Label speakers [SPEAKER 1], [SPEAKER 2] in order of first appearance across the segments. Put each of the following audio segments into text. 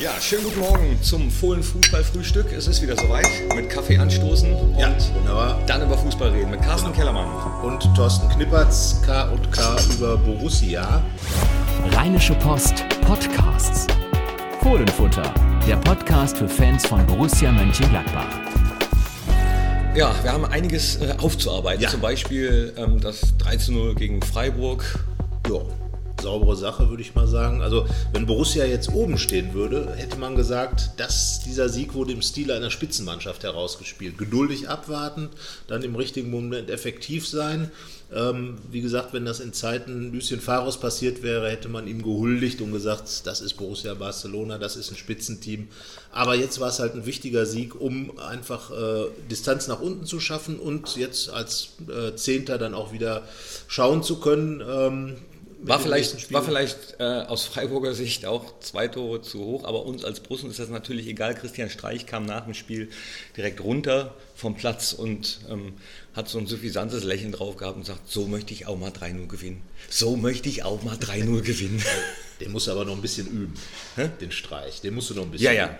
[SPEAKER 1] Ja, schönen guten Morgen zum Fohlen Fußballfrühstück. Es ist wieder soweit. Mit Kaffee anstoßen
[SPEAKER 2] Ja,
[SPEAKER 1] und
[SPEAKER 2] wunderbar.
[SPEAKER 1] dann über Fußball reden mit Carsten Kellermann.
[SPEAKER 2] Und Thorsten Knippertz, K und K über Borussia.
[SPEAKER 3] Rheinische Post Podcasts. Fohlenfutter, der Podcast für Fans von Borussia Mönchengladbach.
[SPEAKER 1] Ja, wir haben einiges äh, aufzuarbeiten.
[SPEAKER 2] Ja.
[SPEAKER 1] Zum Beispiel ähm, das 13-0 gegen Freiburg.
[SPEAKER 2] Ja, saubere Sache, würde ich mal sagen. Also, wenn Borussia jetzt oben stehen würde, hätte man gesagt, dass dieser Sieg wurde im Stile einer Spitzenmannschaft herausgespielt. Geduldig abwarten, dann im richtigen Moment effektiv sein. Ähm, wie gesagt, wenn das in Zeiten Lucien Faros passiert wäre, hätte man ihm gehuldigt und gesagt, das ist Borussia Barcelona, das ist ein Spitzenteam. Aber jetzt war es halt ein wichtiger Sieg, um einfach äh, Distanz nach unten zu schaffen und jetzt als äh, Zehnter dann auch wieder schauen zu können, ähm, mit
[SPEAKER 1] War
[SPEAKER 2] dem nächsten
[SPEAKER 1] vielleicht,
[SPEAKER 2] Spiel.
[SPEAKER 1] war vielleicht äh, aus Freiburger Sicht auch zwei Tore zu hoch, aber uns als Brussen ist das natürlich egal. Christian Streich kam nach dem Spiel direkt runter vom Platz und ähm, hat so ein suffisantes Lächeln drauf gehabt und sagt, so möchte ich auch mal 3-0 gewinnen. So möchte ich auch mal 3-0 gewinnen.
[SPEAKER 2] Den musst du aber noch ein bisschen üben, den Streich. Den musst du noch ein bisschen
[SPEAKER 1] Ja, ja.
[SPEAKER 2] üben.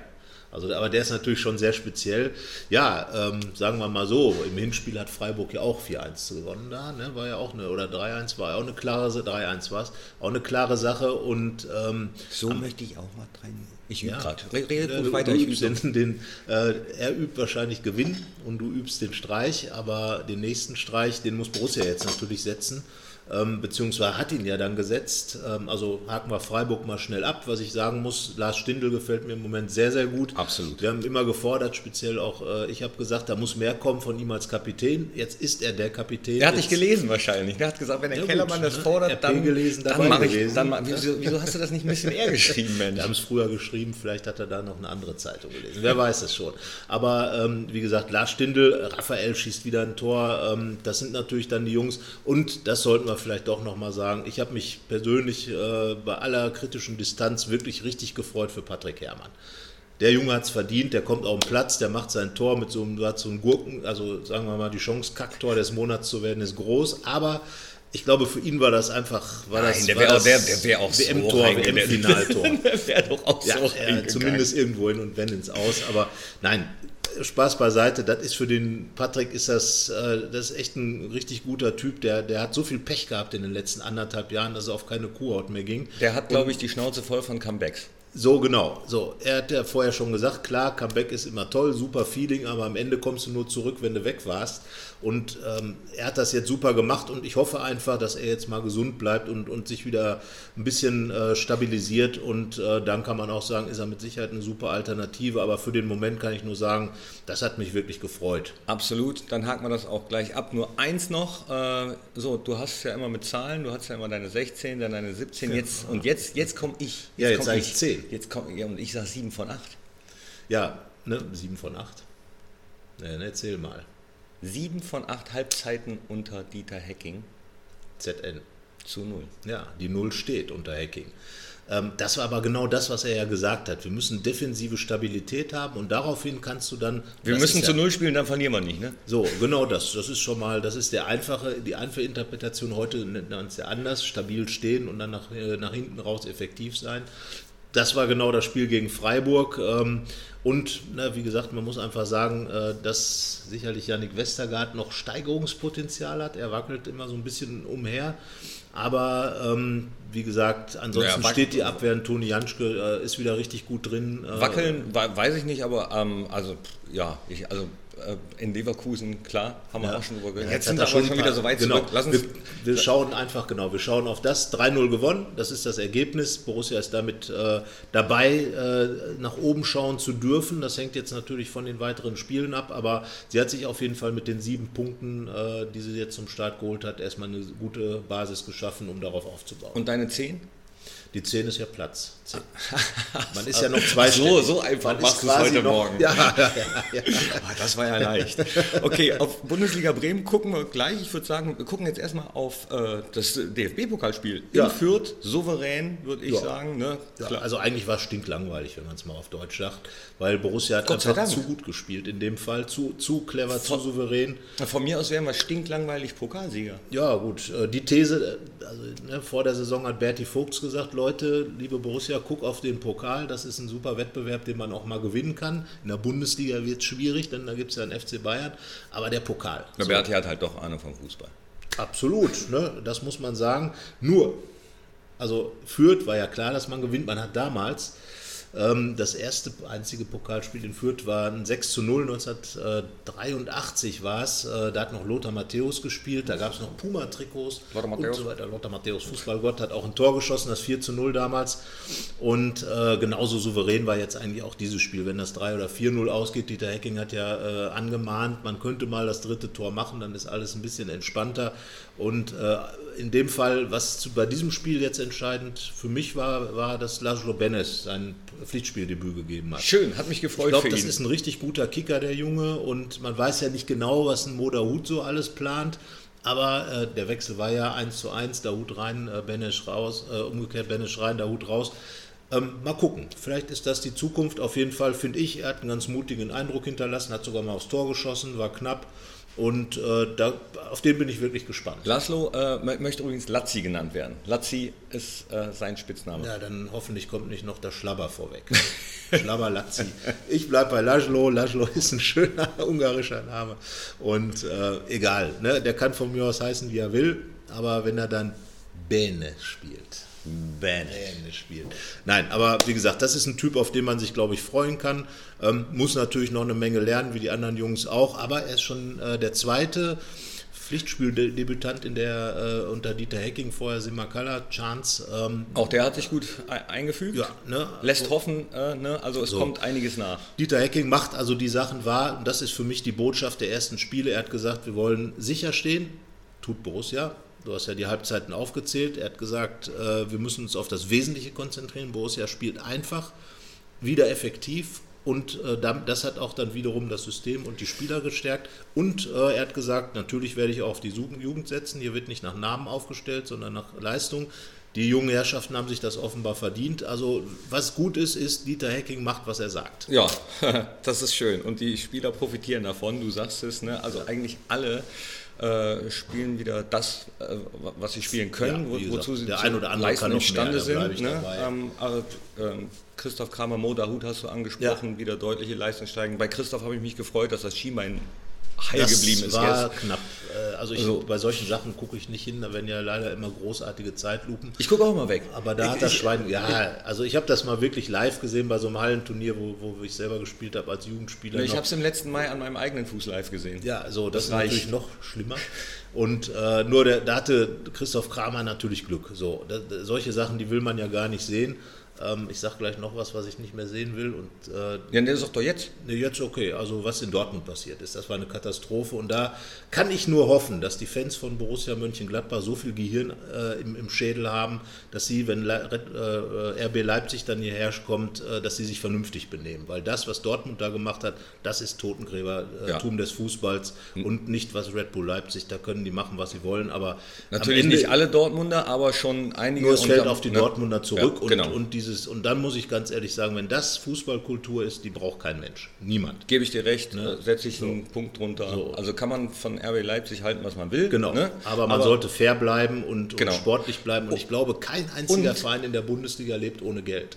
[SPEAKER 2] Also, aber der ist natürlich schon sehr speziell. Ja, ähm, sagen wir mal so, im Hinspiel hat Freiburg ja auch 4-1 gewonnen da, ne? War ja auch eine, oder 3-1 war ja auch eine klare Sache, 3-1 war es, auch eine klare Sache und ähm,
[SPEAKER 1] So möchte ich auch mal 3-0. Ich übe
[SPEAKER 2] ja,
[SPEAKER 1] gerade. Re redet
[SPEAKER 2] ja,
[SPEAKER 1] ruhig
[SPEAKER 2] du,
[SPEAKER 1] weiter.
[SPEAKER 2] du
[SPEAKER 1] Ich
[SPEAKER 2] übst
[SPEAKER 1] übe.
[SPEAKER 2] den, den, äh, er übt wahrscheinlich Gewinn und du übst den Streich, aber den nächsten Streich, den muss Borussia jetzt natürlich setzen, ähm, beziehungsweise hat ihn ja dann gesetzt. Ähm, also haken wir Freiburg mal schnell ab, was ich sagen muss. Lars Stindl gefällt mir im Moment sehr, sehr gut.
[SPEAKER 1] Absolut.
[SPEAKER 2] Wir haben immer gefordert, speziell auch, äh, ich habe gesagt, da muss mehr kommen von ihm als Kapitän. Jetzt ist er der Kapitän.
[SPEAKER 1] Der hat dich
[SPEAKER 2] Jetzt-
[SPEAKER 1] gelesen wahrscheinlich. Der hat gesagt, wenn der
[SPEAKER 2] Ja, gut,
[SPEAKER 1] Kellermann das
[SPEAKER 2] ne?
[SPEAKER 1] fordert,
[SPEAKER 2] RP
[SPEAKER 1] dann,
[SPEAKER 2] gelesen,
[SPEAKER 1] dann
[SPEAKER 2] dabei
[SPEAKER 1] mache ich.
[SPEAKER 2] gewesen.
[SPEAKER 1] Dann, ma- wieso, wieso hast du das nicht ein bisschen eher geschrieben, Mensch?
[SPEAKER 2] Wir haben es früher geschrieben, vielleicht hat er da noch eine andere Zeitung gelesen. Wer weiß es schon. Aber ähm, wie gesagt, Lars Stindl, Raphael schießt wieder ein Tor. Ähm, das sind natürlich dann die Jungs. Und das sollten wir vielleicht doch nochmal sagen. Ich habe mich persönlich äh, bei aller kritischen Distanz wirklich richtig gefreut für Patrick Herrmann. Der Junge hat es verdient, der kommt auf den Platz, der macht sein Tor mit so einem, hat so einem Gurken, also sagen wir mal, die Chance, Kacktor des Monats zu werden, ist groß, aber ich glaube, für ihn war das einfach, war das,
[SPEAKER 1] Nein, der
[SPEAKER 2] war
[SPEAKER 1] wäre auch,
[SPEAKER 2] das
[SPEAKER 1] der, der wär auch so
[SPEAKER 2] WM-Tor,
[SPEAKER 1] reingegangen.
[SPEAKER 2] WM-Finaltor.
[SPEAKER 1] der wäre doch auch
[SPEAKER 2] Ja,
[SPEAKER 1] so
[SPEAKER 2] ja
[SPEAKER 1] reingegangen.
[SPEAKER 2] zumindest irgendwo hin und wenn ins Aus. Aber nein, Spaß beiseite. Das ist für den Patrick ist das, äh, das ist echt ein richtig guter Typ. Der, der hat so viel Pech gehabt in den letzten anderthalb Jahren, dass er auf keine Kuhhaut mehr ging.
[SPEAKER 1] Der hat, glaube ich, die Schnauze voll von Comebacks.
[SPEAKER 2] So, genau. So, er hat ja vorher schon gesagt, klar, Comeback ist immer toll, super Feeling, aber am Ende kommst du nur zurück, wenn du weg warst. Und ähm, er hat das jetzt super gemacht und ich hoffe einfach, dass er jetzt mal gesund bleibt und, und sich wieder ein bisschen äh, stabilisiert. Und äh, dann kann man auch sagen, ist er mit Sicherheit eine super Alternative. Aber für den Moment kann ich nur sagen, das hat mich wirklich gefreut.
[SPEAKER 1] Absolut, dann haken wir das auch gleich ab. Nur eins noch, äh, so, du hast ja immer mit Zahlen, du hast ja immer deine 16, dann deine 17, jetzt, und jetzt, jetzt komme ich.
[SPEAKER 2] Ja, jetzt
[SPEAKER 1] komm
[SPEAKER 2] sag ich 10.
[SPEAKER 1] Jetzt komm, ja, und ich sage 7 von 8.
[SPEAKER 2] Ja, ne, sieben von acht. Ja, ne, erzähl mal.
[SPEAKER 1] 7 von 8 Halbzeiten unter Dieter Hecking
[SPEAKER 2] ZN.
[SPEAKER 1] zu 0.
[SPEAKER 2] Ja, die Null steht unter Hacking. Ähm, das war aber genau das, was er ja gesagt hat. Wir müssen defensive Stabilität haben und daraufhin kannst du dann.
[SPEAKER 1] Wir
[SPEAKER 2] das
[SPEAKER 1] müssen
[SPEAKER 2] ist
[SPEAKER 1] zu
[SPEAKER 2] ja,
[SPEAKER 1] 0 spielen, dann verlieren wir nicht, ne?
[SPEAKER 2] So, genau das. Das ist schon mal, das ist der einfache, die einfache Interpretation heute nennt man es ja anders. Stabil stehen und dann nach, äh, nach hinten raus effektiv sein. Das war genau das Spiel gegen Freiburg. Ähm, und na, wie gesagt, man muss einfach sagen, äh, dass sicherlich Yannick Westergaard noch Steigerungspotenzial hat. Er wackelt immer so ein bisschen umher. Aber ähm, wie gesagt, ansonsten
[SPEAKER 1] wac-
[SPEAKER 2] steht die Abwehr. Und Toni Janschke äh, ist wieder richtig gut drin.
[SPEAKER 1] Oh.
[SPEAKER 2] Äh,
[SPEAKER 1] Wackeln wei- weiß ich nicht, aber ähm, also pff, ja, ich, also äh, in Leverkusen, klar, haben wir auch schon drüber gehört.
[SPEAKER 2] Ja,
[SPEAKER 1] Äh, jetzt sind wir
[SPEAKER 2] hat
[SPEAKER 1] aber
[SPEAKER 2] er
[SPEAKER 1] schon
[SPEAKER 2] ein
[SPEAKER 1] wieder
[SPEAKER 2] paar-
[SPEAKER 1] so weit
[SPEAKER 2] genau.
[SPEAKER 1] zurück. Lass uns,
[SPEAKER 2] wir, wir schauen einfach, genau, wir schauen auf das. 3-0 gewonnen, das ist das Ergebnis. Borussia ist damit äh, dabei, äh, nach oben schauen zu dürfen. Das hängt jetzt natürlich von den weiteren Spielen ab, aber sie hat sich auf jeden Fall mit den sieben Punkten, äh, die sie jetzt zum Start geholt hat, erstmal eine gute Basis geschaffen, um darauf aufzubauen.
[SPEAKER 1] und deine 10?
[SPEAKER 2] Die 10 ist ja Platz. 10. Man ist ja noch zwei
[SPEAKER 1] So, so einfach
[SPEAKER 2] Man
[SPEAKER 1] machst
[SPEAKER 2] ist
[SPEAKER 1] du es
[SPEAKER 2] quasi
[SPEAKER 1] heute
[SPEAKER 2] noch,
[SPEAKER 1] Morgen.
[SPEAKER 2] Ja, ja, ja, ja.
[SPEAKER 1] Ah, Das war ja leicht. Okay, auf Bundesliga Bremen gucken wir gleich. Ich würde sagen, wir gucken jetzt erstmal auf äh, das DFB-Pokalspiel.
[SPEAKER 2] Ja.
[SPEAKER 1] In Fürth, souverän, würde ich
[SPEAKER 2] Ja.
[SPEAKER 1] sagen. Ne?
[SPEAKER 2] Ja,
[SPEAKER 1] Klar.
[SPEAKER 2] also eigentlich war es stinklangweilig, wenn man es mal auf Deutsch sagt, weil Borussia hat
[SPEAKER 1] Gott sei
[SPEAKER 2] einfach
[SPEAKER 1] Dank.
[SPEAKER 2] zu gut gespielt in dem Fall, zu, zu clever, zu
[SPEAKER 1] Voll-
[SPEAKER 2] souverän.
[SPEAKER 1] Von mir aus wären wir stinklangweilig Pokalsieger.
[SPEAKER 2] Ja gut, äh, die These, äh, also, ne, vor der Saison hat Berti Vogts gesagt, Leute, liebe Borussia, Borussia, guck auf den Pokal, das ist ein super Wettbewerb, den man auch mal gewinnen kann. In der Bundesliga wird es schwierig, denn da gibt es ja einen FC Bayern, aber der Pokal.
[SPEAKER 1] Na, Berti hat halt doch Ahnung vom Fußball.
[SPEAKER 2] Absolut, ne? das muss man sagen. Nur, also Fürth war ja klar, dass man gewinnt. Man hat damals ähm, das erste einzige Pokalspiel in Fürth war ein 6 zu 0, 1983 war es. Äh, da hat noch Lothar Matthäus gespielt, da gab es noch Puma-Trikots
[SPEAKER 1] Lothar
[SPEAKER 2] und
[SPEAKER 1] Matthäus.
[SPEAKER 2] so weiter. Lothar Matthäus, Fußballgott, hat auch ein Tor geschossen, das 4 zu 0 damals. Und äh, genauso souverän war jetzt eigentlich auch dieses Spiel, wenn das 3 oder 4-0 ausgeht. Dieter Hecking hat ja äh, angemahnt, man könnte mal das dritte Tor machen, dann ist alles ein bisschen entspannter. Und äh, in dem Fall, was zu, bei diesem Spiel jetzt entscheidend für mich war, war, dass Laszlo Benes sein Pflichtspieldebüt gegeben hat.
[SPEAKER 1] Schön, hat mich gefreut
[SPEAKER 2] Ich glaube,
[SPEAKER 1] für
[SPEAKER 2] das
[SPEAKER 1] ihn.
[SPEAKER 2] ist ein richtig guter Kicker, der Junge. Und man weiß ja nicht genau, was ein Mo Dahoud so alles plant. Aber äh, der Wechsel war ja 1 zu 1, Dahoud rein, äh, Benesch raus, äh, umgekehrt Benesch rein, Dahoud raus. Ähm, mal gucken, vielleicht ist das die Zukunft. Auf jeden Fall finde ich, er hat einen ganz mutigen Eindruck hinterlassen, hat sogar mal aufs Tor geschossen, war knapp. Und äh, da, auf den bin ich wirklich gespannt.
[SPEAKER 1] Laszlo äh, mö- möchte übrigens Lazzi genannt werden. Lazzi ist äh, sein Spitzname.
[SPEAKER 2] Ja, dann hoffentlich kommt nicht noch der Schlabber vorweg. Schlabber Lazzi. Ich bleib bei Lajlo. Lajlo ist ein schöner ungarischer Name. Und äh, egal, ne? der kann von mir aus heißen, wie er will. Aber wenn er dann Bene spielt. Bene. spielt. Nein, aber wie gesagt, das ist ein Typ, auf den man sich, glaube ich, freuen kann. Ähm, muss natürlich noch eine Menge lernen, wie die anderen Jungs auch. Aber er ist schon äh, der zweite. Pflichtspieldebütant in der äh, unter Dieter Hecking vorher Simakala Chance ähm,
[SPEAKER 1] Auch der hat sich gut e- eingefügt.
[SPEAKER 2] ja, ne?
[SPEAKER 1] Lässt hoffen, äh, ne? also es kommt einiges nach.
[SPEAKER 2] Dieter Hecking macht also die Sachen wahr. Und das ist für mich die Botschaft der ersten Spiele. Er hat gesagt, wir wollen sicher stehen. Tut Borussia. Du hast ja die Halbzeiten aufgezählt. Er hat gesagt, äh, wir müssen uns auf das Wesentliche konzentrieren. Borussia spielt einfach, wieder effektiv. Und äh, dam- das hat auch dann wiederum das System und die Spieler gestärkt. Und äh, er hat gesagt, natürlich werde ich auch auf die Su- Jugend setzen. Hier wird nicht nach Namen aufgestellt, sondern nach Leistung. Die jungen Herrschaften haben sich das offenbar verdient. Also was gut ist, ist, Dieter Hecking macht, was er sagt.
[SPEAKER 1] Ja, das ist schön. Und die Spieler profitieren davon, du sagst es. Ne? Also eigentlich alle äh, spielen wieder das, äh, was sie spielen können,
[SPEAKER 2] Ja,
[SPEAKER 1] wo,
[SPEAKER 2] wie gesagt,
[SPEAKER 1] wozu sie
[SPEAKER 2] der
[SPEAKER 1] zu
[SPEAKER 2] ein oder andere
[SPEAKER 1] leisten
[SPEAKER 2] kann noch mehr,
[SPEAKER 1] imstande
[SPEAKER 2] da bleib ich
[SPEAKER 1] sind. Ne?
[SPEAKER 2] dabei.
[SPEAKER 1] Ähm, aber, ähm, Christoph Kramer, Mo Dahut hast du angesprochen, wieder deutliche Leistungssteigen. Bei Christoph habe ich mich gefreut, dass das Schienbein heil
[SPEAKER 2] das
[SPEAKER 1] geblieben ist.
[SPEAKER 2] war
[SPEAKER 1] jetzt.
[SPEAKER 2] knapp. Äh, Also, ich,
[SPEAKER 1] Also-
[SPEAKER 2] bei solchen Sachen gucke ich nicht hin, da werden ja leider immer großartige Zeitlupen.
[SPEAKER 1] Ich gucke auch mal weg.
[SPEAKER 2] Aber da
[SPEAKER 1] ich,
[SPEAKER 2] hat das
[SPEAKER 1] ich-
[SPEAKER 2] Schwein, ja, also ich habe das mal wirklich live gesehen bei so einem Hallenturnier, wo, wo ich selber gespielt habe als Jugendspieler.
[SPEAKER 1] Ne, Ich
[SPEAKER 2] noch.
[SPEAKER 1] habe es im letzten Mai an meinem eigenen Fuß live gesehen.
[SPEAKER 2] Ja, so, das, ist
[SPEAKER 1] reicht.
[SPEAKER 2] natürlich noch schlimmer. Und äh, nur der, da hatte Christoph Kramer natürlich Glück. So, da, da, solche Sachen, die will man ja gar nicht sehen. Ähm, ich sage gleich noch was, was ich nicht mehr sehen will. Und äh,
[SPEAKER 1] Ja, der sagt doch jetzt.
[SPEAKER 2] Nee, jetzt okay. Also was in Dortmund passiert ist, das war eine Katastrophe. Und da kann ich nur hoffen, dass die Fans von Borussia Mönchengladbach so viel Gehirn äh, im, im Schädel haben, dass sie, wenn Le äh, äh, RB Leipzig dann hierher kommt, äh, dass sie sich vernünftig benehmen. Weil das, was Dortmund da gemacht hat, das ist Totengräbertum des Fußballs
[SPEAKER 1] Hm.
[SPEAKER 2] und nicht was Red Bull Leipzig. Da können die machen, was sie wollen. Aber
[SPEAKER 1] Natürlich
[SPEAKER 2] am Ende,
[SPEAKER 1] nicht alle Dortmunder, aber schon einige.
[SPEAKER 2] nur es
[SPEAKER 1] und
[SPEAKER 2] fällt
[SPEAKER 1] dann-
[SPEAKER 2] auf die
[SPEAKER 1] ne?
[SPEAKER 2] Dortmunder zurück
[SPEAKER 1] Ja, genau.
[SPEAKER 2] und, und dieses und dann muss ich ganz ehrlich sagen, wenn das Fußballkultur ist, die braucht kein Mensch, niemand.
[SPEAKER 1] Gebe ich dir recht, ne? setze ich einen Punkt drunter. Also kann man von RB Leipzig halten, was man will.
[SPEAKER 2] Genau.
[SPEAKER 1] Ne?
[SPEAKER 2] Aber man sollte fair bleiben und,
[SPEAKER 1] Genau.
[SPEAKER 2] und sportlich bleiben. Und ich glaube, kein einziger
[SPEAKER 1] Und-
[SPEAKER 2] Verein in der Bundesliga lebt ohne Geld.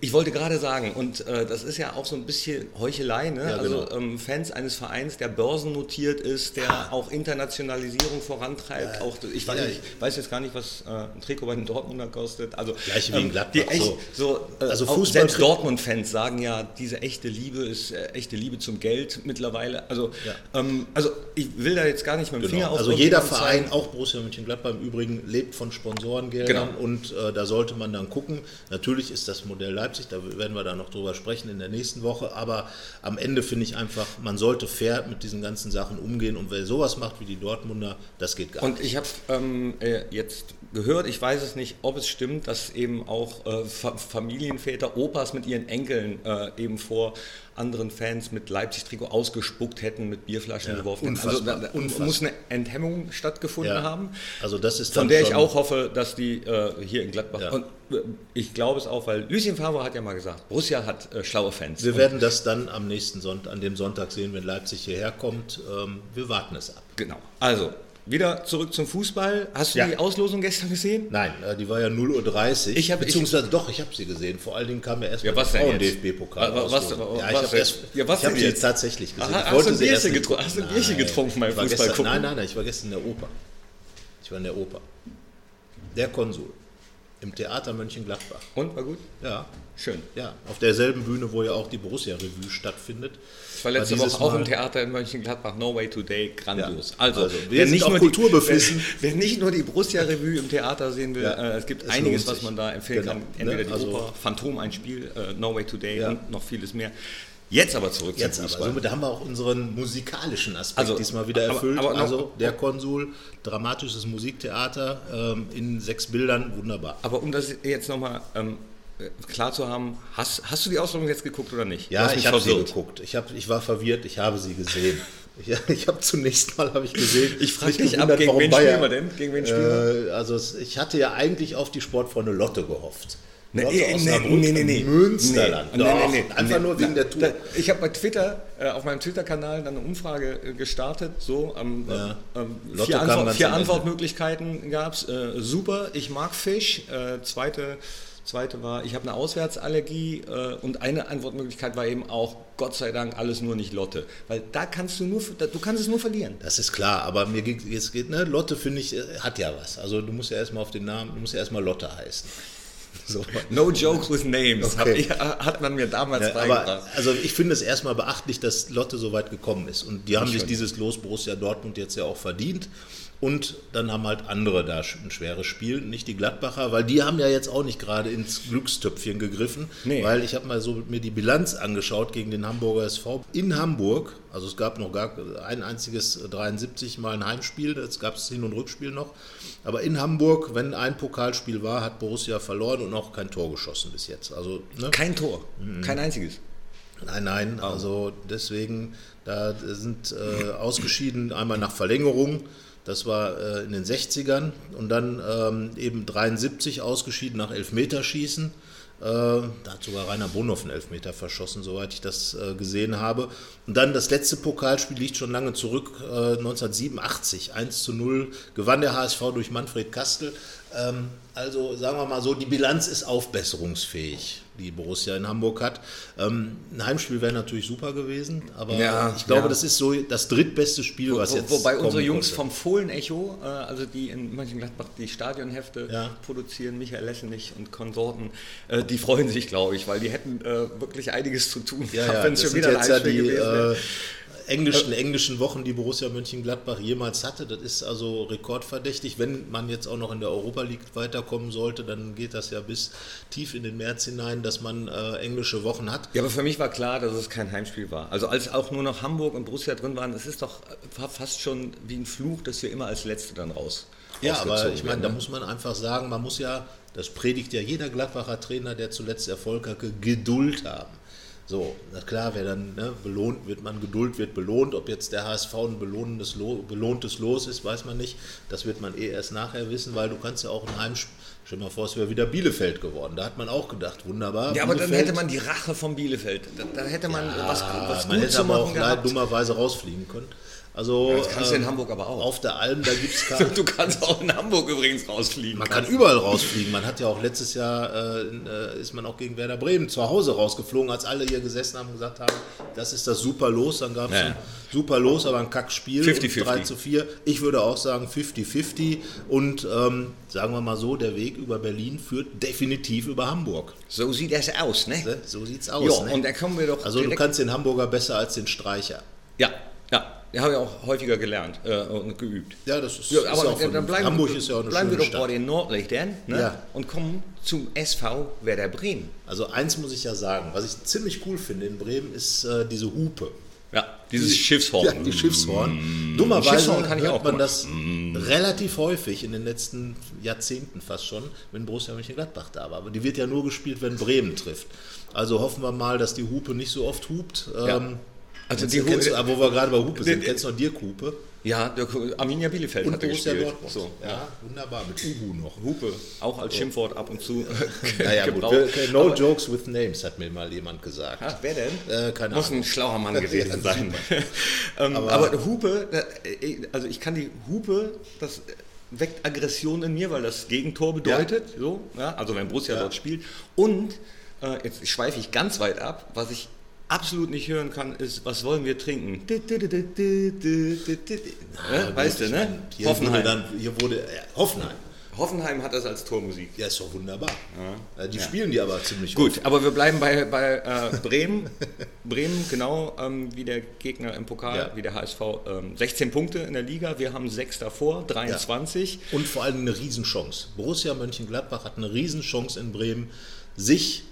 [SPEAKER 1] Ich wollte gerade sagen, und äh, das ist ja auch so ein bisschen Heuchelei, ne?
[SPEAKER 2] Ja,
[SPEAKER 1] also
[SPEAKER 2] genau.
[SPEAKER 1] ähm, Fans eines Vereins, der börsennotiert ist, der auch Internationalisierung vorantreibt. auch, ich weiß,
[SPEAKER 2] ja,
[SPEAKER 1] nicht, weiß jetzt gar nicht, was äh, ein Trikot bei den Dortmunder kostet. Also,
[SPEAKER 2] Gleich wie in Gladbach,
[SPEAKER 1] die echt,
[SPEAKER 2] so.
[SPEAKER 1] so. äh,
[SPEAKER 2] Also
[SPEAKER 1] auch
[SPEAKER 2] Fußball-
[SPEAKER 1] selbst Dortmund-Fans sagen ja, diese echte Liebe ist äh, echte Liebe zum Geld mittlerweile. Also, ähm, also ich will da jetzt gar nicht mit dem Finger
[SPEAKER 2] Genau.
[SPEAKER 1] auf
[SPEAKER 2] Also jeder
[SPEAKER 1] irgendjemanden zeigen.
[SPEAKER 2] Verein, auch Borussia Mönchengladbach im Übrigen, lebt von Sponsorengeldern
[SPEAKER 1] Genau.
[SPEAKER 2] und äh, da sollte man dann gucken. Natürlich ist das Modell Leipzig, da werden wir dann noch drüber sprechen in der nächsten Woche, aber am Ende finde ich einfach, man sollte fair mit diesen ganzen Sachen umgehen und wer sowas macht wie die Dortmunder, das geht gar nicht.
[SPEAKER 1] Und ich habe ähm, äh, jetzt gehört, ich weiß es nicht, ob es stimmt, dass eben auch äh, Fa Familienväter, Opas mit ihren Enkeln äh, eben vor anderen Fans mit Leipzig-Trikot ausgespuckt hätten, mit Bierflaschen geworfen. hätten.
[SPEAKER 2] unfassbar,
[SPEAKER 1] also da, da
[SPEAKER 2] unfassbar.
[SPEAKER 1] muss eine Enthemmung stattgefunden
[SPEAKER 2] Ja.
[SPEAKER 1] haben.
[SPEAKER 2] Also das ist
[SPEAKER 1] Von
[SPEAKER 2] dann
[SPEAKER 1] der ich
[SPEAKER 2] schon-
[SPEAKER 1] auch hoffe, dass die äh, hier in Gladbach.
[SPEAKER 2] Ja.
[SPEAKER 1] Und äh, ich glaube es auch, weil Lucien Favre hat ja mal gesagt, Borussia hat äh, schlaue Fans.
[SPEAKER 2] Wir
[SPEAKER 1] Und
[SPEAKER 2] werden das dann am nächsten Sonntag, an dem Sonntag sehen, wenn Leipzig hierher kommt. Ähm, wir warten es ab.
[SPEAKER 1] Genau. Also, wieder zurück zum Fußball. Hast du
[SPEAKER 2] Ja.
[SPEAKER 1] die Auslosung gestern gesehen?
[SPEAKER 2] Nein, äh, die war ja 0.30 Uhr.
[SPEAKER 1] Ich hab-
[SPEAKER 2] Beziehungsweise doch, ich habe sie gesehen. Vor allen Dingen kam ja erst
[SPEAKER 1] Ja,
[SPEAKER 2] mal
[SPEAKER 1] was
[SPEAKER 2] die
[SPEAKER 1] denn jetzt?
[SPEAKER 2] Frauen-DFB-pokal.
[SPEAKER 1] Wa- wa- was- wa-
[SPEAKER 2] Auslosung.
[SPEAKER 1] was
[SPEAKER 2] ja, ich habe
[SPEAKER 1] denn?
[SPEAKER 2] erst,
[SPEAKER 1] Ja, was
[SPEAKER 2] ich hab
[SPEAKER 1] denn
[SPEAKER 2] sie
[SPEAKER 1] jetzt?
[SPEAKER 2] jetzt tatsächlich gesehen.
[SPEAKER 1] Aha,
[SPEAKER 2] Ich
[SPEAKER 1] hast du ein
[SPEAKER 2] sie erst
[SPEAKER 1] Bierchen
[SPEAKER 2] nicht gucken.
[SPEAKER 1] getru- hast du ein Bierchen
[SPEAKER 2] Nein,
[SPEAKER 1] getrunken beim
[SPEAKER 2] ich war
[SPEAKER 1] Fußball
[SPEAKER 2] gestern,
[SPEAKER 1] gucken?
[SPEAKER 2] Nein, nein, nein, ich war gestern in der Oper. Ich war in der Oper. Der Konsul. Im Theater Mönchengladbach.
[SPEAKER 1] Und war gut?
[SPEAKER 2] Ja,
[SPEAKER 1] Schön.
[SPEAKER 2] ja. Auf derselben Bühne, wo ja auch die Borussia-Revue stattfindet.
[SPEAKER 1] Ich war letzte
[SPEAKER 2] dieses
[SPEAKER 1] Woche auch
[SPEAKER 2] Mal-
[SPEAKER 1] im Theater in Mönchengladbach, No Way Today, grandios.
[SPEAKER 2] Ja.
[SPEAKER 1] Also,
[SPEAKER 2] Also, wir
[SPEAKER 1] wer
[SPEAKER 2] sind
[SPEAKER 1] nicht
[SPEAKER 2] auch
[SPEAKER 1] nur die-
[SPEAKER 2] kulturbefissen.
[SPEAKER 1] Wer, wer nicht nur die Borussia Revue im Theater sehen will,
[SPEAKER 2] Ja,
[SPEAKER 1] äh, es gibt
[SPEAKER 2] es
[SPEAKER 1] einiges,
[SPEAKER 2] lohnt
[SPEAKER 1] was
[SPEAKER 2] sich.
[SPEAKER 1] man da empfehlen
[SPEAKER 2] Genau,
[SPEAKER 1] kann. Entweder
[SPEAKER 2] ne?
[SPEAKER 1] die
[SPEAKER 2] Also-
[SPEAKER 1] Oper, Phantom, ein Spiel, äh, No Way Today
[SPEAKER 2] Ja.
[SPEAKER 1] und noch vieles mehr. Jetzt aber zurück
[SPEAKER 2] Jetzt
[SPEAKER 1] zum
[SPEAKER 2] aber.
[SPEAKER 1] Fußball.
[SPEAKER 2] Somit haben wir auch unseren musikalischen Aspekt
[SPEAKER 1] Also,
[SPEAKER 2] diesmal wieder
[SPEAKER 1] aber-
[SPEAKER 2] erfüllt.
[SPEAKER 1] aber noch-
[SPEAKER 2] also der Konsul, dramatisches Musiktheater ähm, in sechs Bildern, wunderbar.
[SPEAKER 1] aber um das jetzt nochmal ähm, klar zu haben, hast, hast du die Auslosung jetzt geguckt oder nicht? Du
[SPEAKER 2] Ja,
[SPEAKER 1] hast mich
[SPEAKER 2] ich habe sie
[SPEAKER 1] verwirrt.
[SPEAKER 2] geguckt. Ich, hab, ich war verwirrt, ich habe sie gesehen. Ich, ich habe zunächst mal habe ich gesehen.
[SPEAKER 1] Ich frag
[SPEAKER 2] mich
[SPEAKER 1] dich ab,
[SPEAKER 2] gewundert,
[SPEAKER 1] gegen
[SPEAKER 2] warum
[SPEAKER 1] wen spielen
[SPEAKER 2] Bayern-
[SPEAKER 1] wir denn? Gegen wen spielen
[SPEAKER 2] äh, Also es, ich hatte ja eigentlich auf die Sportfreunde Lotte gehofft.
[SPEAKER 1] Nee,
[SPEAKER 2] Lotte
[SPEAKER 1] nee, nee,
[SPEAKER 2] Osnabrück
[SPEAKER 1] nee,
[SPEAKER 2] im
[SPEAKER 1] nee, nee.
[SPEAKER 2] Münsterland.
[SPEAKER 1] Nee,
[SPEAKER 2] Doch,
[SPEAKER 1] nee, nee,
[SPEAKER 2] einfach
[SPEAKER 1] nee.
[SPEAKER 2] nur wegen
[SPEAKER 1] Na,
[SPEAKER 2] der Tour.
[SPEAKER 1] da- Ich habe bei Twitter, äh, auf meinem Twitter-Kanal dann eine Umfrage äh, gestartet. So, ähm,
[SPEAKER 2] Ja.
[SPEAKER 1] ähm,
[SPEAKER 2] Lotto
[SPEAKER 1] vier, Antwort,
[SPEAKER 2] kam ganz
[SPEAKER 1] vier
[SPEAKER 2] am Ende. ne?
[SPEAKER 1] Antwortmöglichkeiten gab es. Äh, super, ich mag Fisch. Äh, zweite, zweite war, ich habe eine Auswärtsallergie. Äh, und eine Antwortmöglichkeit war eben auch, Gott sei Dank, alles nur nicht Lotte. Weil da kannst du nur, da, du kannst es nur verlieren.
[SPEAKER 2] Das ist klar, aber mir geht, jetzt geht ne, Lotte finde ich, äh, hat ja was. Also du musst ja erstmal auf den Namen, du musst ja erstmal Lotte heißen. So.
[SPEAKER 1] No jokes with names, hab
[SPEAKER 2] Okay.
[SPEAKER 1] ich, äh, hat man mir damals
[SPEAKER 2] Ja, aber
[SPEAKER 1] beigebracht.
[SPEAKER 2] also ich finde es erstmal beachtlich, dass Lotte so weit gekommen ist. Und die haben sich dieses Los Borussia Dortmund jetzt ja auch verdient. Und dann haben halt andere da sch- ein schweres Spiel, nicht die Gladbacher, weil die haben ja jetzt auch nicht gerade ins Glückstöpfchen gegriffen.
[SPEAKER 1] Nee.
[SPEAKER 2] Weil ich habe mal so mir die Bilanz angeschaut gegen den Hamburger SV in Hamburg. Also es gab noch gar ein einziges 73 Mal ein Heimspiel, das gab es Hin- und Rückspiel noch. Aber in Hamburg, wenn ein Pokalspiel war, hat Borussia verloren und auch kein Tor geschossen bis jetzt. Also ne?
[SPEAKER 1] Kein Tor, kein einziges.
[SPEAKER 2] Nein, nein, also deswegen, da sind äh, ausgeschieden einmal nach Verlängerung, das war äh, in den 60ern, und dann ähm, eben 73 ausgeschieden nach Elfmeterschießen. Äh, da hat sogar Rainer Bonhoff einen Elfmeter verschossen, soweit ich das äh, gesehen habe. Und dann das letzte Pokalspiel liegt schon lange zurück, äh, 1987, 1 zu 0, gewann der HSV durch Manfred Kastel. Ähm, also sagen wir mal so, die Bilanz ist aufbesserungsfähig, die Borussia in Hamburg hat. Ähm, ein Heimspiel wäre natürlich super gewesen, aber
[SPEAKER 1] Ja,
[SPEAKER 2] ich glaube,
[SPEAKER 1] ja.
[SPEAKER 2] das ist so das drittbeste Spiel, was
[SPEAKER 1] Wo-
[SPEAKER 2] jetzt.
[SPEAKER 1] Wobei unsere
[SPEAKER 2] kommen
[SPEAKER 1] Jungs
[SPEAKER 2] konnte.
[SPEAKER 1] vom Fohlen-Echo, äh, also die in Mönchengladbach die Stadionhefte
[SPEAKER 2] Ja.
[SPEAKER 1] produzieren, Michael Lessenich und Konsorten, äh, die freuen sich, glaube ich, weil die hätten äh, wirklich einiges zu tun,
[SPEAKER 2] ja, ja,
[SPEAKER 1] wenn
[SPEAKER 2] das
[SPEAKER 1] es schon
[SPEAKER 2] sind
[SPEAKER 1] wieder ein
[SPEAKER 2] jetzt ja
[SPEAKER 1] Heimspiel
[SPEAKER 2] die
[SPEAKER 1] gewesen ne?
[SPEAKER 2] äh,
[SPEAKER 1] wäre.
[SPEAKER 2] englischen, englischen Wochen, die Borussia Mönchengladbach jemals hatte. Das ist also rekordverdächtig. Wenn man jetzt auch noch in der Europa League weiterkommen sollte, dann geht das ja bis tief in den März hinein, dass man äh, englische Wochen hat.
[SPEAKER 1] Ja, aber für mich war klar, dass es kein Heimspiel war. Also als auch nur noch Hamburg und Borussia drin waren, es ist doch äh, war fast schon wie ein Fluch, dass wir immer als Letzte dann raus
[SPEAKER 2] Ja, aber
[SPEAKER 1] rausgezogen
[SPEAKER 2] ich meine, da
[SPEAKER 1] werden, ne?
[SPEAKER 2] muss man einfach sagen, man muss ja, das predigt ja jeder Gladbacher Trainer, der zuletzt Erfolg hatte, Geduld haben. So, na klar, wer dann ne, belohnt wird, man Geduld wird belohnt. Ob jetzt der HSV ein belohnendes Lo belohntes Los ist, weiß man nicht. Das wird man eh erst nachher wissen, weil du kannst ja auch ein Heimspiel. Stell dir mal vor, es wäre wieder Bielefeld geworden. Da hat man auch gedacht, wunderbar.
[SPEAKER 1] ja, aber dann
[SPEAKER 2] Bielefeld.
[SPEAKER 1] hätte man die Rache von Bielefeld. Da, da hätte man was, was
[SPEAKER 2] Ah, man
[SPEAKER 1] gut
[SPEAKER 2] hätte
[SPEAKER 1] zu
[SPEAKER 2] aber
[SPEAKER 1] machen
[SPEAKER 2] auch leider
[SPEAKER 1] gehabt.
[SPEAKER 2] dummerweise rausfliegen können. Also,
[SPEAKER 1] das kannst du in Hamburg aber auch.
[SPEAKER 2] Auf der Alm, da gibt es
[SPEAKER 1] Du kannst auch in Hamburg übrigens rausfliegen.
[SPEAKER 2] Man kann überall rausfliegen. Man hat ja auch letztes Jahr äh, in, äh, ist man auch gegen Werder Bremen zu Hause rausgeflogen, als alle hier gesessen haben und gesagt haben, das ist das super Los. Dann gab es
[SPEAKER 1] Ja.
[SPEAKER 2] ein super Los, aber ein Kackspiel.
[SPEAKER 1] 50-50.
[SPEAKER 2] und 3 zu 4. Ich würde auch sagen 50-50. Und ähm, sagen wir mal so, der Weg über Berlin führt definitiv über Hamburg.
[SPEAKER 1] So sieht das aus, ne?
[SPEAKER 2] Ne? So sieht's aus.
[SPEAKER 1] Ja,
[SPEAKER 2] ne?
[SPEAKER 1] und da kommen wir doch
[SPEAKER 2] also du
[SPEAKER 1] direkt-
[SPEAKER 2] kannst den Hamburger besser als den Streicher.
[SPEAKER 1] Ja, ja. Ja, habe ich auch häufiger gelernt äh, und geübt.
[SPEAKER 2] Ja, das ist,
[SPEAKER 1] Ja,
[SPEAKER 2] ist
[SPEAKER 1] aber
[SPEAKER 2] auch
[SPEAKER 1] dann
[SPEAKER 2] vernünftig.
[SPEAKER 1] bleiben,
[SPEAKER 2] Hamburg ist ja auch eine
[SPEAKER 1] bleiben wir
[SPEAKER 2] schöne
[SPEAKER 1] doch
[SPEAKER 2] Stadt.
[SPEAKER 1] bei den Nordlichtern ne?
[SPEAKER 2] Ja.
[SPEAKER 1] und kommen zum SV Werder Bremen.
[SPEAKER 2] Also eins muss ich ja sagen, was ich ziemlich cool finde in Bremen, ist äh, diese Hupe.
[SPEAKER 1] Ja, dieses Schiffshorn. Mm.
[SPEAKER 2] Ja, die Schiffshorn. Dummerweise
[SPEAKER 1] Schiffshorn kann ich
[SPEAKER 2] hört
[SPEAKER 1] auch
[SPEAKER 2] man
[SPEAKER 1] mal. Mm.
[SPEAKER 2] das relativ häufig in den letzten Jahrzehnten fast schon, wenn Borussia Mönchengladbach da war. Aber die wird ja nur gespielt, wenn Bremen trifft. Also hoffen wir mal, dass die Hupe nicht so oft hupt.
[SPEAKER 1] Ja.
[SPEAKER 2] Ähm,
[SPEAKER 1] Also
[SPEAKER 2] Kennst
[SPEAKER 1] die
[SPEAKER 2] du- kennst
[SPEAKER 1] Hu-
[SPEAKER 2] du, wo wir gerade bei Hupe sind,
[SPEAKER 1] die-
[SPEAKER 2] kennst du noch Dirk Hupe?
[SPEAKER 1] Ja, der, Arminia Bielefeld
[SPEAKER 2] Und
[SPEAKER 1] hatte
[SPEAKER 2] Borussia
[SPEAKER 1] gespielt.
[SPEAKER 2] Dortmund.
[SPEAKER 1] So.
[SPEAKER 2] ja, wunderbar, mit Uhu noch.
[SPEAKER 1] Hupe, auch als Schimpfwort ab und zu
[SPEAKER 2] Naja, gut.
[SPEAKER 1] gebraucht.
[SPEAKER 2] wir- No jokes with names, hat mir mal jemand gesagt.
[SPEAKER 1] Ach, wer denn?
[SPEAKER 2] Äh, keine
[SPEAKER 1] Muss
[SPEAKER 2] Ahnung.
[SPEAKER 1] ein schlauer Mann gewesen
[SPEAKER 2] Ja,
[SPEAKER 1] sein. ähm, aber, Hupe, da- äh, also ich kann die Hupe, das äh, weckt Aggression in mir, weil das Gegentor bedeutet. So, ja, also wenn Borussia
[SPEAKER 2] Ja.
[SPEAKER 1] dort spielt. Und äh, jetzt schweife ich ganz weit ab, was ich absolut nicht hören kann, ist, was wollen wir trinken?
[SPEAKER 2] Ja,
[SPEAKER 1] Ja,
[SPEAKER 2] gut,
[SPEAKER 1] weißt du,
[SPEAKER 2] ich
[SPEAKER 1] ne?
[SPEAKER 2] meine, Hier Wurde
[SPEAKER 1] Hoffenheim.
[SPEAKER 2] dann, hier wurde, ja, Hoffenheim.
[SPEAKER 1] Hoffenheim hat das als Tormusik.
[SPEAKER 2] Ja, ist doch wunderbar. Äh, Die spielen die aber ziemlich
[SPEAKER 1] Gut, aber wir bleiben bei, bei äh, Bremen. Bremen, genau ähm, wie der Gegner im Pokal,
[SPEAKER 2] Ja.
[SPEAKER 1] wie der HSV. Ähm, 16 Punkte in der Liga, wir haben 6 davor, 23.
[SPEAKER 2] Und vor allem eine Riesenchance. Borussia Mönchengladbach hat eine Riesenchance in Bremen, sich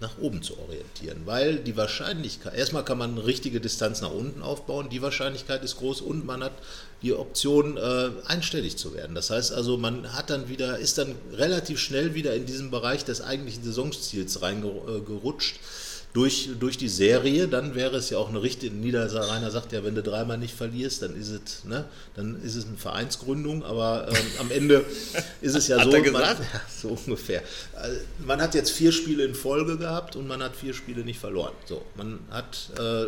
[SPEAKER 2] nach oben zu orientieren, weil die Wahrscheinlichkeit, erstmal kann man eine richtige Distanz nach unten aufbauen, die Wahrscheinlichkeit ist groß und man hat die Option, äh, einstellig zu werden. Das heißt also, man hat dann wieder, ist dann relativ schnell wieder in diesem Bereich des eigentlichen Saisonziels reingerutscht. Durch, durch die Serie, dann wäre es ja auch eine richtige, Niederrheiner sagt ja, wenn du dreimal nicht verlierst, dann ist es, ne, dann ist es eine Vereinsgründung, aber ähm, am Ende ist es ja
[SPEAKER 1] Hat
[SPEAKER 2] so,
[SPEAKER 1] er
[SPEAKER 2] man,
[SPEAKER 1] gesagt?
[SPEAKER 2] ja, so ungefähr. Also, Man hat jetzt vier Spiele in Folge gehabt und man hat vier Spiele nicht verloren. So, man hat äh,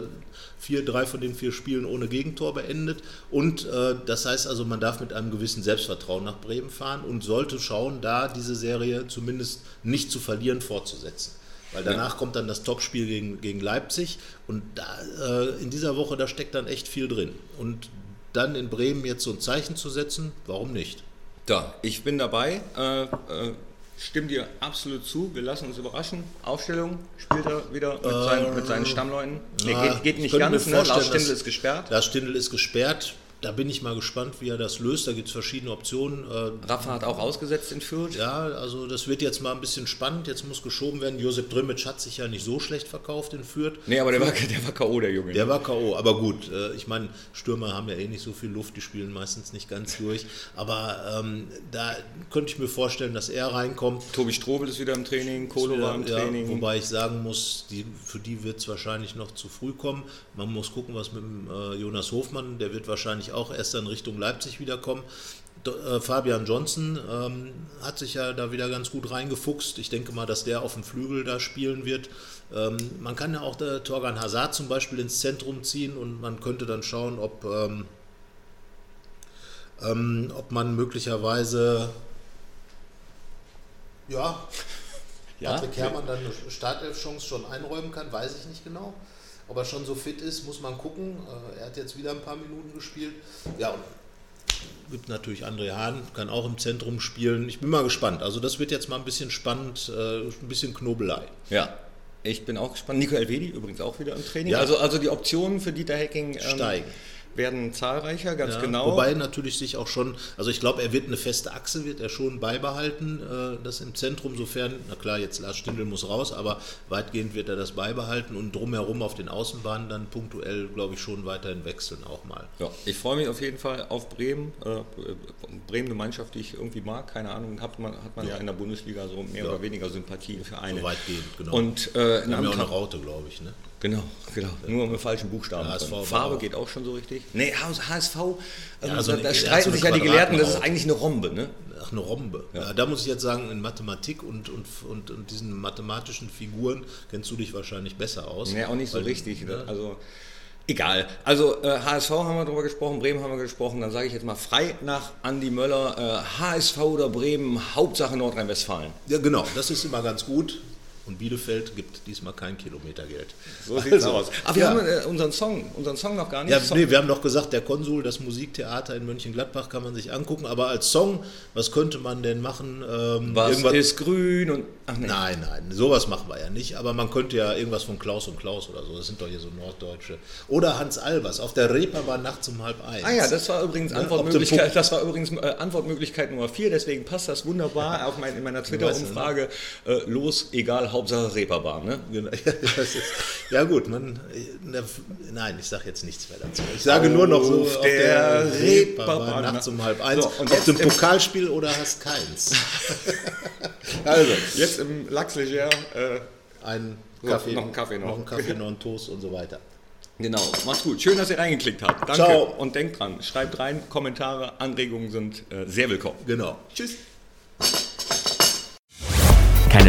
[SPEAKER 2] vier, drei von den vier Spielen ohne Gegentor beendet. Und äh, das heißt also, man darf mit einem gewissen Selbstvertrauen nach Bremen fahren und sollte schauen, da diese Serie zumindest nicht zu verlieren fortzusetzen. Weil danach kommt dann das Topspiel gegen, gegen Leipzig und da, äh, in dieser Woche, da steckt dann echt viel drin. Und dann in Bremen jetzt so ein Zeichen zu setzen, warum nicht?
[SPEAKER 1] Da, ich bin dabei. Äh, äh, stimme dir absolut zu. Wir lassen uns überraschen. Aufstellung spielt er wieder mit, seinen, mit seinen Stammleuten. Nee,
[SPEAKER 2] Äh, Ja,
[SPEAKER 1] geht, geht
[SPEAKER 2] Ah, ich
[SPEAKER 1] nicht
[SPEAKER 2] könnte
[SPEAKER 1] ganz,
[SPEAKER 2] mir
[SPEAKER 1] ne?
[SPEAKER 2] vorstellen,
[SPEAKER 1] Lars Stindl
[SPEAKER 2] dass-
[SPEAKER 1] ist gesperrt.
[SPEAKER 2] Lars Stindl ist gesperrt. Da bin ich mal gespannt, wie er das löst. Da gibt es verschiedene Optionen. Äh,
[SPEAKER 1] Rafa hat auch ausgesetzt in Fürth.
[SPEAKER 2] ja, also das wird jetzt mal ein bisschen spannend. Jetzt muss geschoben werden. Josep Drimmitsch hat sich ja nicht so schlecht verkauft in Fürth.
[SPEAKER 1] Nee, aber der war, der war K.O., der Junge.
[SPEAKER 2] Der war K.O., aber gut, äh, ich meine, Stürmer haben ja eh nicht so viel Luft, die spielen meistens nicht ganz durch. Aber ähm, da könnte ich mir vorstellen, dass er reinkommt.
[SPEAKER 1] Tobi Strobel ist wieder im Training, Kolo war im
[SPEAKER 2] Ja,
[SPEAKER 1] Training.
[SPEAKER 2] wobei ich sagen muss, die, für die wird es wahrscheinlich noch zu früh kommen. Man muss gucken, was mit dem, äh, Jonas Hofmann, der wird wahrscheinlich auch erst dann Richtung Leipzig wiederkommen. Do, äh, Fabian Johnson ähm, hat sich ja da wieder ganz gut reingefuchst. Ich denke mal, dass der auf dem Flügel da spielen wird. Ähm, man kann ja auch der Torgan Hazard zum Beispiel ins Zentrum ziehen und man könnte dann schauen, ob, ähm, ähm, ob man möglicherweise ja,
[SPEAKER 1] Ja?
[SPEAKER 2] Patrick Herrmann dann eine Startelf-Chance schon einräumen kann, weiß ich nicht genau. Ob er schon so fit ist, muss man gucken. Äh, Er hat jetzt wieder ein paar Minuten gespielt. Ja, und gibt natürlich André Hahn, kann auch im Zentrum spielen. Ich bin mal gespannt. Also das wird jetzt mal ein bisschen spannend, äh, ein bisschen Knobelei.
[SPEAKER 1] Ja, ich bin auch gespannt. Nico Elvedi übrigens auch wieder im Training.
[SPEAKER 2] Ja.
[SPEAKER 1] Also, also die Optionen für Dieter Hacking ähm,
[SPEAKER 2] Steigen.
[SPEAKER 1] werden zahlreicher, ganz
[SPEAKER 2] Ja,
[SPEAKER 1] genau.
[SPEAKER 2] Wobei natürlich sich auch schon, also ich glaube, er wird eine feste Achse, wird er schon beibehalten, äh, das im Zentrum, sofern, na klar, jetzt Lars Stindl muss raus, aber weitgehend wird er das beibehalten und drumherum auf den Außenbahnen dann punktuell, glaube ich, schon weiterhin wechseln auch mal.
[SPEAKER 1] ja, ich freue mich auf jeden Fall auf Bremen. Äh, Bremen, eine Mannschaft, die ich irgendwie mag. Keine Ahnung, hat man, hat man ja.
[SPEAKER 2] Ja.
[SPEAKER 1] in der Bundesliga so mehr oder weniger Sympathie für eine.
[SPEAKER 2] So weitgehend, genau.
[SPEAKER 1] Und äh, in
[SPEAKER 2] Wir haben ja
[SPEAKER 1] einem
[SPEAKER 2] auch eine
[SPEAKER 1] Kap-
[SPEAKER 2] Raute, glaube ich, ne?
[SPEAKER 1] Genau, genau. Nur mit falschen Buchstaben.
[SPEAKER 2] Ja, HSV
[SPEAKER 1] drin.
[SPEAKER 2] war
[SPEAKER 1] Farbe
[SPEAKER 2] auch.
[SPEAKER 1] geht auch schon so richtig. Nee, HSV, ähm,
[SPEAKER 2] Ja, so
[SPEAKER 1] da,
[SPEAKER 2] eine-
[SPEAKER 1] da
[SPEAKER 2] ja, so
[SPEAKER 1] streiten
[SPEAKER 2] eine
[SPEAKER 1] sich ja die Gelehrten, das ist
[SPEAKER 2] Quadraten-
[SPEAKER 1] eigentlich eine Rombe, ne?
[SPEAKER 2] Ach, eine Rombe. Ja. da muss ich jetzt sagen, in Mathematik und, und, und, und diesen mathematischen Figuren kennst du dich wahrscheinlich besser aus.
[SPEAKER 1] Nee, auch nicht so
[SPEAKER 2] Weil-
[SPEAKER 1] richtig. ne?
[SPEAKER 2] Ja.
[SPEAKER 1] Also egal. Also äh, HSV haben wir drüber gesprochen, Bremen haben wir gesprochen. Dann sage ich jetzt mal frei nach Andi Möller, äh, HSV oder Bremen, Hauptsache Nordrhein-Westfalen.
[SPEAKER 2] Ja, genau, das ist immer ganz gut. Und Bielefeld gibt diesmal kein Kilometergeld.
[SPEAKER 1] So sieht's
[SPEAKER 2] Also,
[SPEAKER 1] aus. Aber wir
[SPEAKER 2] ja.
[SPEAKER 1] haben äh, unseren Song, unseren Song noch gar nicht.
[SPEAKER 2] Ja,
[SPEAKER 1] Song-
[SPEAKER 2] nee, wir haben doch gesagt, der Konsul, das Musiktheater in Mönchengladbach kann man sich angucken, aber als Song, was könnte man denn machen? Ähm,
[SPEAKER 1] Was
[SPEAKER 2] irgendwas-
[SPEAKER 1] ist grün und ach nee.
[SPEAKER 2] Nein, nein, sowas machen wir ja nicht, aber man könnte ja irgendwas von Klaus und Klaus oder so, das sind doch hier so Norddeutsche. Oder Hans Albers, auf der Reeperbahn nachts um halb eins.
[SPEAKER 1] Ah ja, das war übrigens
[SPEAKER 2] Ne, ob
[SPEAKER 1] Antwortmöglichkeit,
[SPEAKER 2] der
[SPEAKER 1] das war übrigens äh, Antwortmöglichkeit Nummer 4, deswegen passt das wunderbar auch mein, in meiner
[SPEAKER 2] ne?
[SPEAKER 1] Twitter-Umfrage. Äh, los, egal, Hauptsache Reeperbahn. Ne?
[SPEAKER 2] Genau, ja, das ist, ja gut, man, na, f- nein, ich sage jetzt nichts mehr dazu. Ich sage nur noch so,
[SPEAKER 1] Auf der Reeperbahn.
[SPEAKER 2] nachts um halb eins,
[SPEAKER 1] So, und
[SPEAKER 2] ob
[SPEAKER 1] jetzt
[SPEAKER 2] du ein
[SPEAKER 1] im-
[SPEAKER 2] Pokalspiel oder hast keins. also,
[SPEAKER 1] Jetzt im Lachs Leger äh,
[SPEAKER 2] ein
[SPEAKER 1] So,
[SPEAKER 2] Kaffee,
[SPEAKER 1] noch ein Kaffee noch.
[SPEAKER 2] noch ein Kaffee, noch ein Toast und so weiter.
[SPEAKER 1] Genau, macht's gut. Schön, dass ihr reingeklickt habt. Danke.
[SPEAKER 2] Ciao.
[SPEAKER 1] Und denkt dran, schreibt rein, Kommentare, Anregungen sind äh, sehr willkommen.
[SPEAKER 2] Genau.
[SPEAKER 1] Tschüss.
[SPEAKER 3] Keine